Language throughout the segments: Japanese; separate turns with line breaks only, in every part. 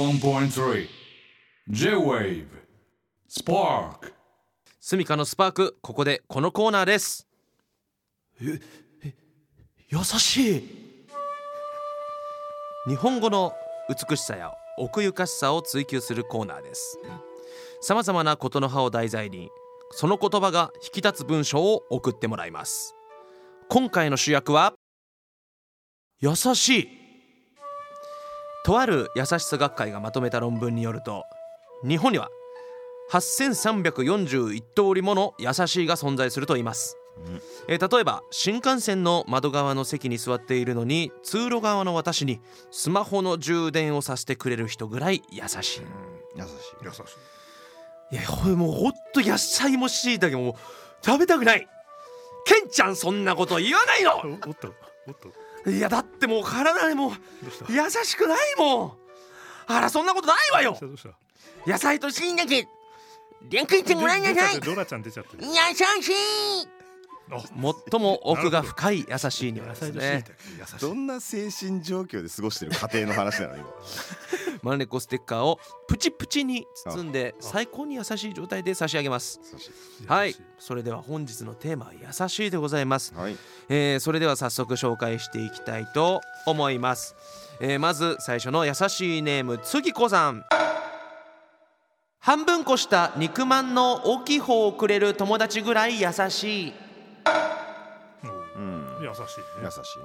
81.3 J-Wave Spark
スミカのスパークここでこのコーナーです
優しい
日本語の美しさや奥ゆかしさを追求するコーナーですさまざまなことの葉を題材にその言葉が引き立つ文章を送ってもらいます今回の主役は
優しい
とある優しさ学会がまとめた論文によると日本には8341通りもの優しいが存在すると言います、えー例えば新幹線の窓側の席に座っているのに通路側の私にスマホの充電をさせてくれる人ぐらい優しい、
優しい
優しい
いやこれもうほんと野菜もしいたけもう食べたくないケンちゃんそんなこと言わないの
おおっとおっと
いやだってもう体にもう
どうした
優しくないもんあらそんなことないわ
どう
よ
したどうした
野菜としいだけ略してごらんなさい
ドラちゃん出ちゃってる
優しい最も奥が深い優しいにはですね
優し
どんな精神状況で過ごしてる家庭の話なの今
マンネコステッカーをプチプチに包んで最高に優しい状態で差し上げます
い
はい
優し
それでは本日のテーマは優しいでございます
はい
えーそれでは早速紹介していきたいと思います、えーまず最初の優しいネームつぎこさん半分こした肉まんの大きい方をくれる友達ぐらい優しい
お
うん
優しい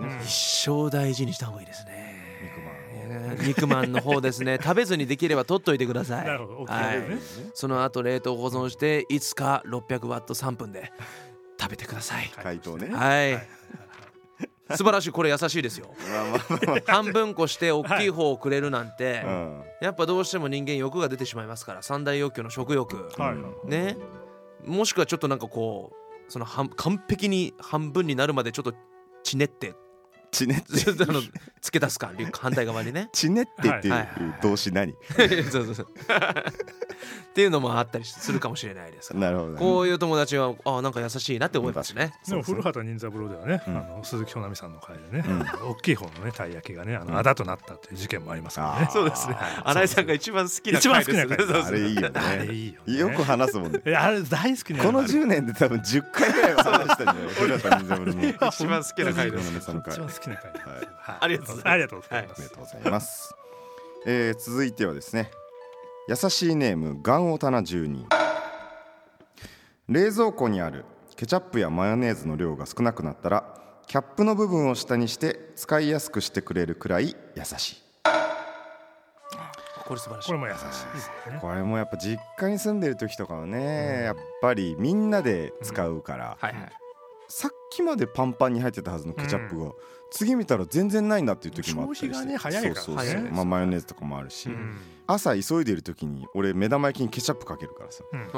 優
ね
しいね
一生大事にした方がいいですね
肉まん
えー肉まんの方です ね食べずにできれば取っといてください
なるほど大きい
は
方
い
ね
その後冷凍保存していつか600ワット3分で食べてください
回答ね
はい素晴らしいこれ優しいですよ
まあまあま
半分こして大きい方をくれるなんて、
あうん
やっぱどうしても人間欲が出てしまいますから三大欲求の食欲、
はい
ねもしくはちょっとなんかこうその半完璧に半分になるまでちょっとちねって
ちねって
ちょっとあの付け足す感反対側に ね
ちねってってい
はいう
動詞何
そうそうそうっていうのもあったりするかもしれないですから
なるほどね
こういう友達はあなんか優しいなって思いますね
でも古畑任三郎ではね、
うん
あの鈴木保奈美さんの会でね、あの大きい方のねたい焼きがねあのあだとなったっていう事件もありますから
あ
ね
ー。
そうですね新井さんが一番好きな
一番好きな
回で
回
すね
あれいいよ
あれ
ね
いいよ、ね。
よく話すもんね
いやあれ大好きね。
この
あれ
10年で多分10回ぐらいは話したんじゃない古田任三郎のは
一番好きな回です
その回
一番好きな回です。
い
はい
ありがとうございます
ありがとうございま
あり
す
が。とうございます。えー続いてはですね、優しいネームガンオタナ住人。冷蔵庫にあるケチャップやマヨネーズの量が少なくなったら、キャップの部分を下にして使いやすくしてくれるくらい優しい。
これ素晴らしい
これも優しいですね。
これもやっぱ実家に住んでる時とかはね、やっぱりみんなで使うから、
はいはい
さっきまでパンパンに入ってたはずのケチャップが、次見たら全然ないんだっていう時もあったりして
消費がね早いから
そうそうそう、
早いです
まあ、マヨネーズとかもあるし、
うん
朝急いでる時に俺目玉焼きにケチャップかけるからさ
うん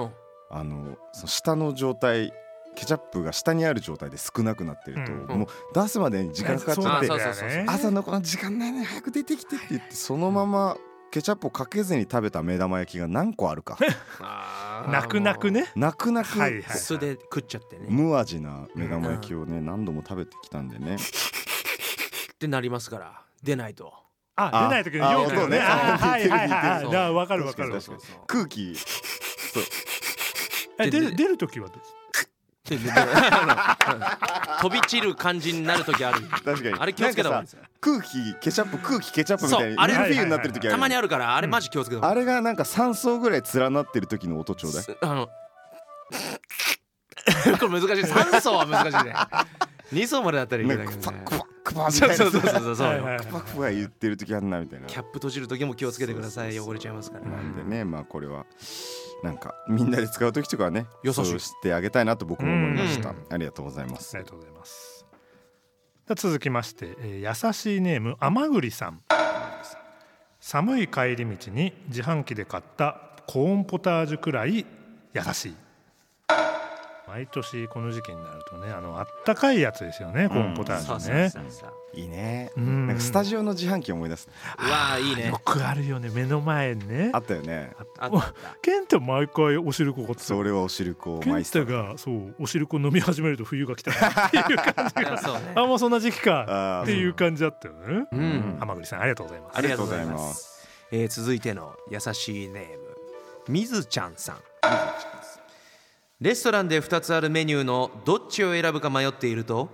あのその下の状態ケチャップが下にある状態で少なくなってると、
うん
もう出すまでに時間かかっ
そ
ち
う
ゃ
なん
って、
だよ
あそうそうそう
ね。
朝のこの時間ないね早く出てきてって言ってそのままケチャップをかけずに食べた目玉焼きが何個あ るか
あー
泣く泣くね。
泣く泣く
はいはい。
素で食っちゃってね
無味な目玉焼きをね何度も食べてきたんでね
ってなりますから出ないと
あ出ない時の容器のね。
あ
あはいはいはい
そう
はい。だわかるわかる。
確かに確かに空気そう
え出
で
る出る時はどう
ででであのうん飛び散る感じになる時ある
確かに
あれ気をつけた方がいいですよ
空気ケチャップ空気ケチャップみたいに
そうあれ
ミルフィーユになってる時ある
たまにあるからあれマジ気をつけた方
あ
がい
れがなんか3層ぐらい連なってる時の音ちょうだい
いあの これ難しい3層は難しいね2層までだったらいい
なん
だ
か
け
ク
ど
パ
ね
クパクパみ
そ
た
う
いな
そうそうそうそう
はいはい
クパクパ言ってる時あんなみたいな
キャップ閉じる時も気をつけてください
そうそうそう
汚れちゃいますから
なんでねまあこれはなんかみんなで使う時とかはね
優しい
そうしてあげたいなと僕も思いました
うん
ありがとうございま
あ
す
りがとうございます。では続きまして、えー優しいネーム甘栗さん。寒い帰り道に自販機で買ったコーンポタージュくらい優しい。毎年この時期になるとね、あのあったかいやつですよね、コーンポタージ
そうそ
ュ
う
ね。
そうそう
いいね
ん
なんかスタジオの自販機思い出すね
うわあいいね
よくあるよね、目の前にね
あ。ったよね
あったあった
ケント毎回お汁粉買ってた
それはお汁粉
ケ
マ
ン
イスタ
タ
ー
がそうお汁粉飲み始めると冬が 来たなっていう感じ
いや
が
そうね
あもうそんな時期か
あー
っていう感じだったよね
うん
浜栗さんありがとうございます
ありがとうござい
ありがとうござ
ま
います
えー続いての優しいネームみずちゃんさんレストランで2つあるメニューのどっちを選ぶか迷っていると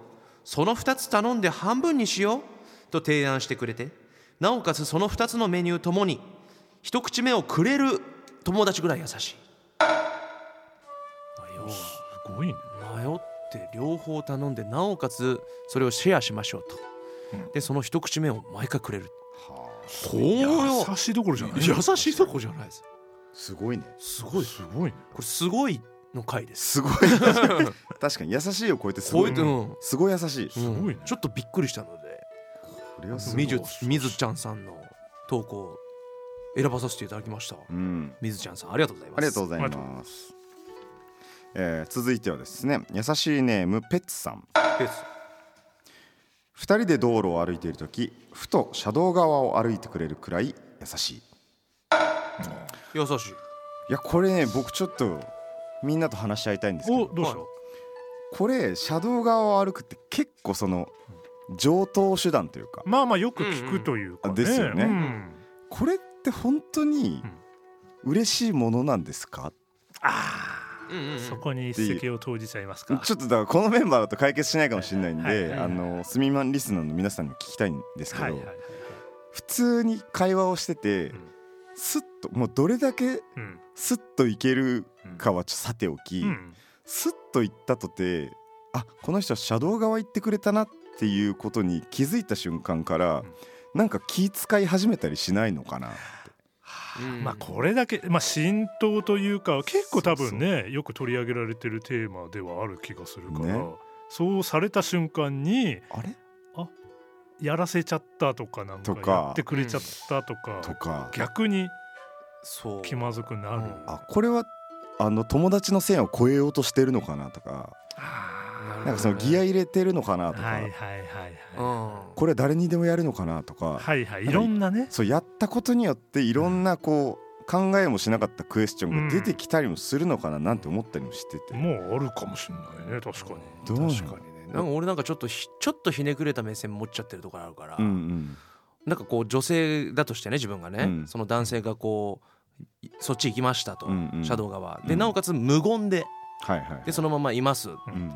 その2つ頼んで半分にしようと提案してくれてなおかつその2つのメニューともに一口目をくれる友達ぐらい優しい
すごいね
迷って両方頼んでなおかつそれをシェアしましょうと、でその一口目を毎回くれる、これは
優しいどころじゃない
優しいとこじゃないです
すごいね
すごいすごいね
これすごいの回です
すごい確かに優しいを超えてす
こう
ご
い
いう
うん
すごい優しいこ
ごいね
うんちょっとびっくりしたので
れはすご
み
い
ずみずちゃんさんの投稿を選ばさせていただきました
うん
みずちゃんさんありがとうございます
ありがとうござい
ありがとうござい
ます、えー続いてはですね優しいネームペッツさん
ペース
2人で道路を歩いている時ふと車道側を歩いてくれるくらい優しいい
優しい
やこれね僕ちょっとみんなと話し合いたいんですけ
お
ど
どうし
は
よ
これ車道側を歩くって結構その上等手段というか
うまあまあよく聞くというかね
ですよね
うん
これって本当に嬉しいものなんですか
うんうんうん
そこに一石を投じちゃいますか
ちょっとだからこのメンバーだと解決しないかもしれないん
はいはい
で
はい
あのスミマンリスナーの皆さんにも聞きたいんですけ
はい
ど
はいはいはい
普通に会話をしてて
ん
スッともうどれだけ
うん
スッといけるかはちょっとさておき
うん
スッと行ったとてあこの人は車道側行ってくれたなっていうことに気づいた瞬間からなんか気使い始めたりしないのかな
うん
まあこれだけ、まあ、浸透というか結構多分ねよく取り上げられてるテーマではある気がするから、
ね
そうされた瞬間に
あれ
やらせちゃったとかなんか
とか
やってくれちゃったとか
とか
逆に
そう
気まずくなる、
うん
あこれはあの友達の線を越えようとしてるのかなとか
あ
なんかそのギア入れてるのかなと
ー
か、
はいはいはいは
これ誰にでもやるのかなとか、
いはいはいいろんなね
そうやったことによっていろんなこう考えもしなかったクエスチョンが出てきたりもするのかななんて思ったりもしてて、
もうあるかもしれないね確かに
どうなの
確かにね
うんなんか俺なんかちょっとひちょっとひねくれた目線持っちゃってるところあるから、
うんうん
なんかこう女性だとしてね自分がね、
うん
その男性がこういそっち行きましたと、
うんうん
車道側
う
で
ん
なおかつ無言で
はいはい
でそのままいます、
うん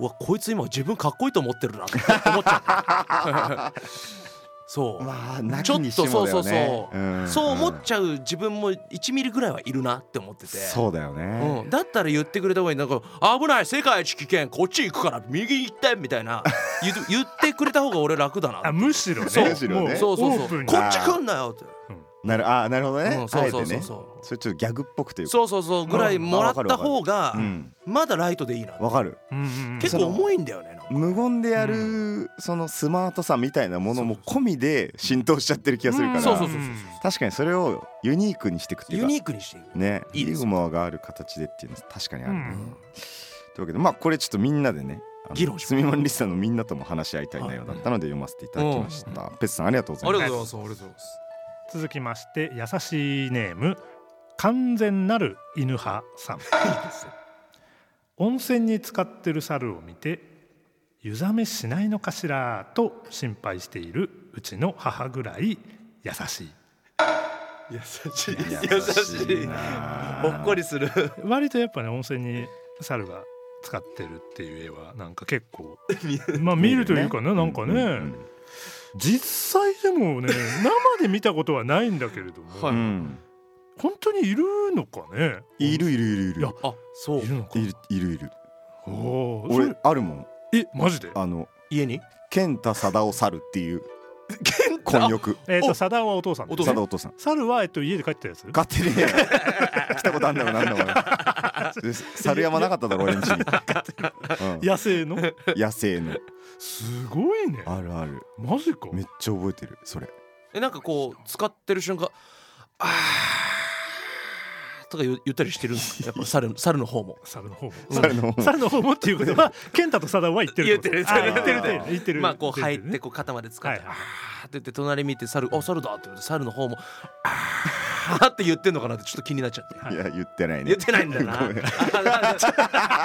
うわこいつ今自分かっこいいと思ってるなって思っちゃ うそう、
まあな
ちょ
き
っ
に
と
しもだ
そう
よね
そうそう、
ん
そう思っちゃう自分も1ミリぐらいはいるなって思ってて
そうだよね、
うん、だったら言ってくれた方がいいなんか危ない世界一危険こっち行くから右行ってみたいな 言う言ってくれた方が俺楽だな
あむしろね
そう
むしろね
もう
そうそう
オープ
そ
ン
う
に
こっち来んなよって
なるあーなるほどね、
うんそうそうそ
あえ
う
てね
そ
それちょっとギャグっぽくといううか
そうそうそうぐらいもらった方が
うん
まだライトでいいな
わかる
うんうんうん
結構重いんだよねなんか
無言でやるそのスマートさみたいなものも込みで浸透しちゃってる気がするから、
んそうそうそうそうん
確かにそれをユニークにしていくっていう
ユ
か
ニークにしていく
ね
いいです
ユ
よ
ーモアがある形でっていうのは確かにあるね、
うん
というわけでまあこれちょっとみんなでねあの
議論します
すみまんリスさんのみんなとも話し合いたい内容だったので読ませていただきました、ペツさんありがとうございます
ございますありがとうございます
続きまして優しいネーム完全なる犬派さん温泉に使ってる猿を見て湯冷めしないのかしらと心配しているうちの母ぐらい優しい
優しい
優しい
ほっこりする
割とやっぱね温泉に猿が使ってるっていう絵はなんか結構ま あ見るというかねなんかね、
うんうん
実際でもね生で見たことはないんだけれども、
は
うん
本当にいるのかね
いるいるいるいる
いや
あそう
いるのか
いるいるいる
おおーそ
俺
れ
あるもん
えマジで
あの
家に
健太貞夫猿っていう混浴
えっ、
お
とサダンはお父さんだよね
貞夫お父さん
猿はえっと家で帰ってたやつ
勝手 に来たことあんだろなんだろ俺猿山なかっただろ俺んちに、うん
野生の
野生の
すごいね
あるある
マジか
めっちゃ覚えてるそれ
えなんかこう使ってる瞬間あーとか言言ったりしてるん ですかやっぱ猿猿の方も
猿の方も
猿の
猿の方もっていうことは健太とサダンは言ってるってこと
言ってる
あー言ってる言ってる
まあこう入
言
っ
る
てこう肩まで使って、
はいはい
あーって言って隣見て猿あ猿だって言って猿の方もあはあって言ってんのかなってちょっと気になっちゃって。
いや言ってないね
言ってないんだよな。あ あ
い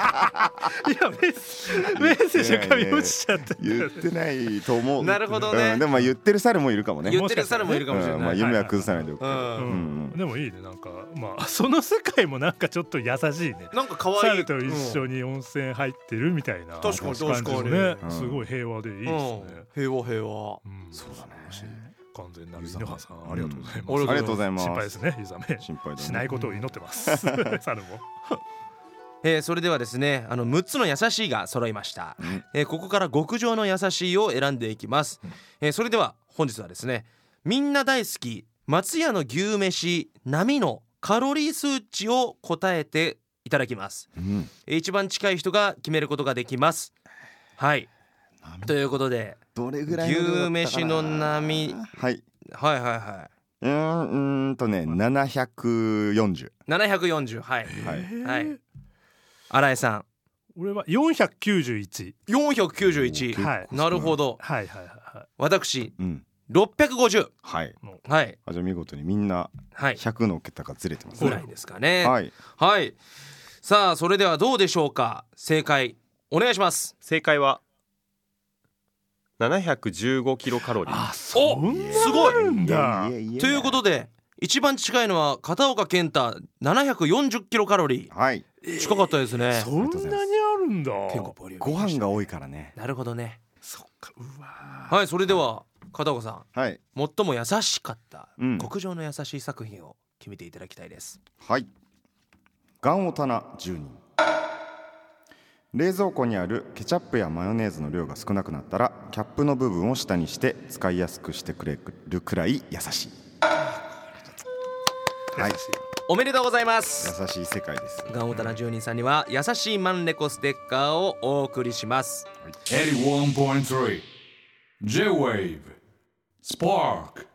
やメッセメッセージが髪落ちちゃって
言ってないと思 う
なるほどね
うんでもまあ言ってる猿もいるかもね
言ってる猿もいるかもしれ
うんま
な
あ、
い。
夢は崩さないでおく、
う。
うんんでもいいねなんかまあその世界もなんかちょっと優しいね
なんか可愛い。
猿と一緒に温泉入ってるみたいな
確かに
感じのね
確
かに
すごい平和でいいです
うん
ね
平和平和。
そうだね完全なる井ノ原さんありがとうございま
うん
す
ありがとうございます
心配ですねゆざめ
心配だね
しないことを祈ってます 猿も
えーそれではですねあの6つの優しいが揃いました、えーここから極上の優しいを選んでいきます、えーそれでは本日はですねみんな大好き松屋の牛飯並のカロリー数値を答えていただきます、
うん
えー一番近い人が決めることができますはいということで
どれぐらいの量
牛
だったか
飯
な
の並
はいう
はいはいは
ーんうーんとね740
い740はい、
はい
はい新井さん
俺は491
491、
おはい
なるほど
はいはいはいはい
私
うん
650
はい
はい
あじゃあ見事にみんな
はい
100の桁がずれてます
ぐ
ね
らいですかねはい、
はい
さあそれではどうでしょうか正解お願いします
正解は715キロカロリー
お
そんな
すごい
なんだ
えええ
ということで一番近いのは片岡健太740キロカロリ
はい
ー近かったですね
そんなにあるんだ結構
ご飯が多いからね
なるほどね
そっかうわ
はいそれでは片岡さん
はい
最も優しかった
うん
極上の優しい作品を決めていただきたいです、
はいガンオタナ10人冷蔵庫にあるケチャップやマヨネーズの量が少なくなったらキャップの部分を下にして使いやすくしてくれるくらい優しいはい
おめでとうございます
優しい世界です
ガンオタナ住人さんには優しいマンレコステッカーをお送りします
81.3 J-Wave Spark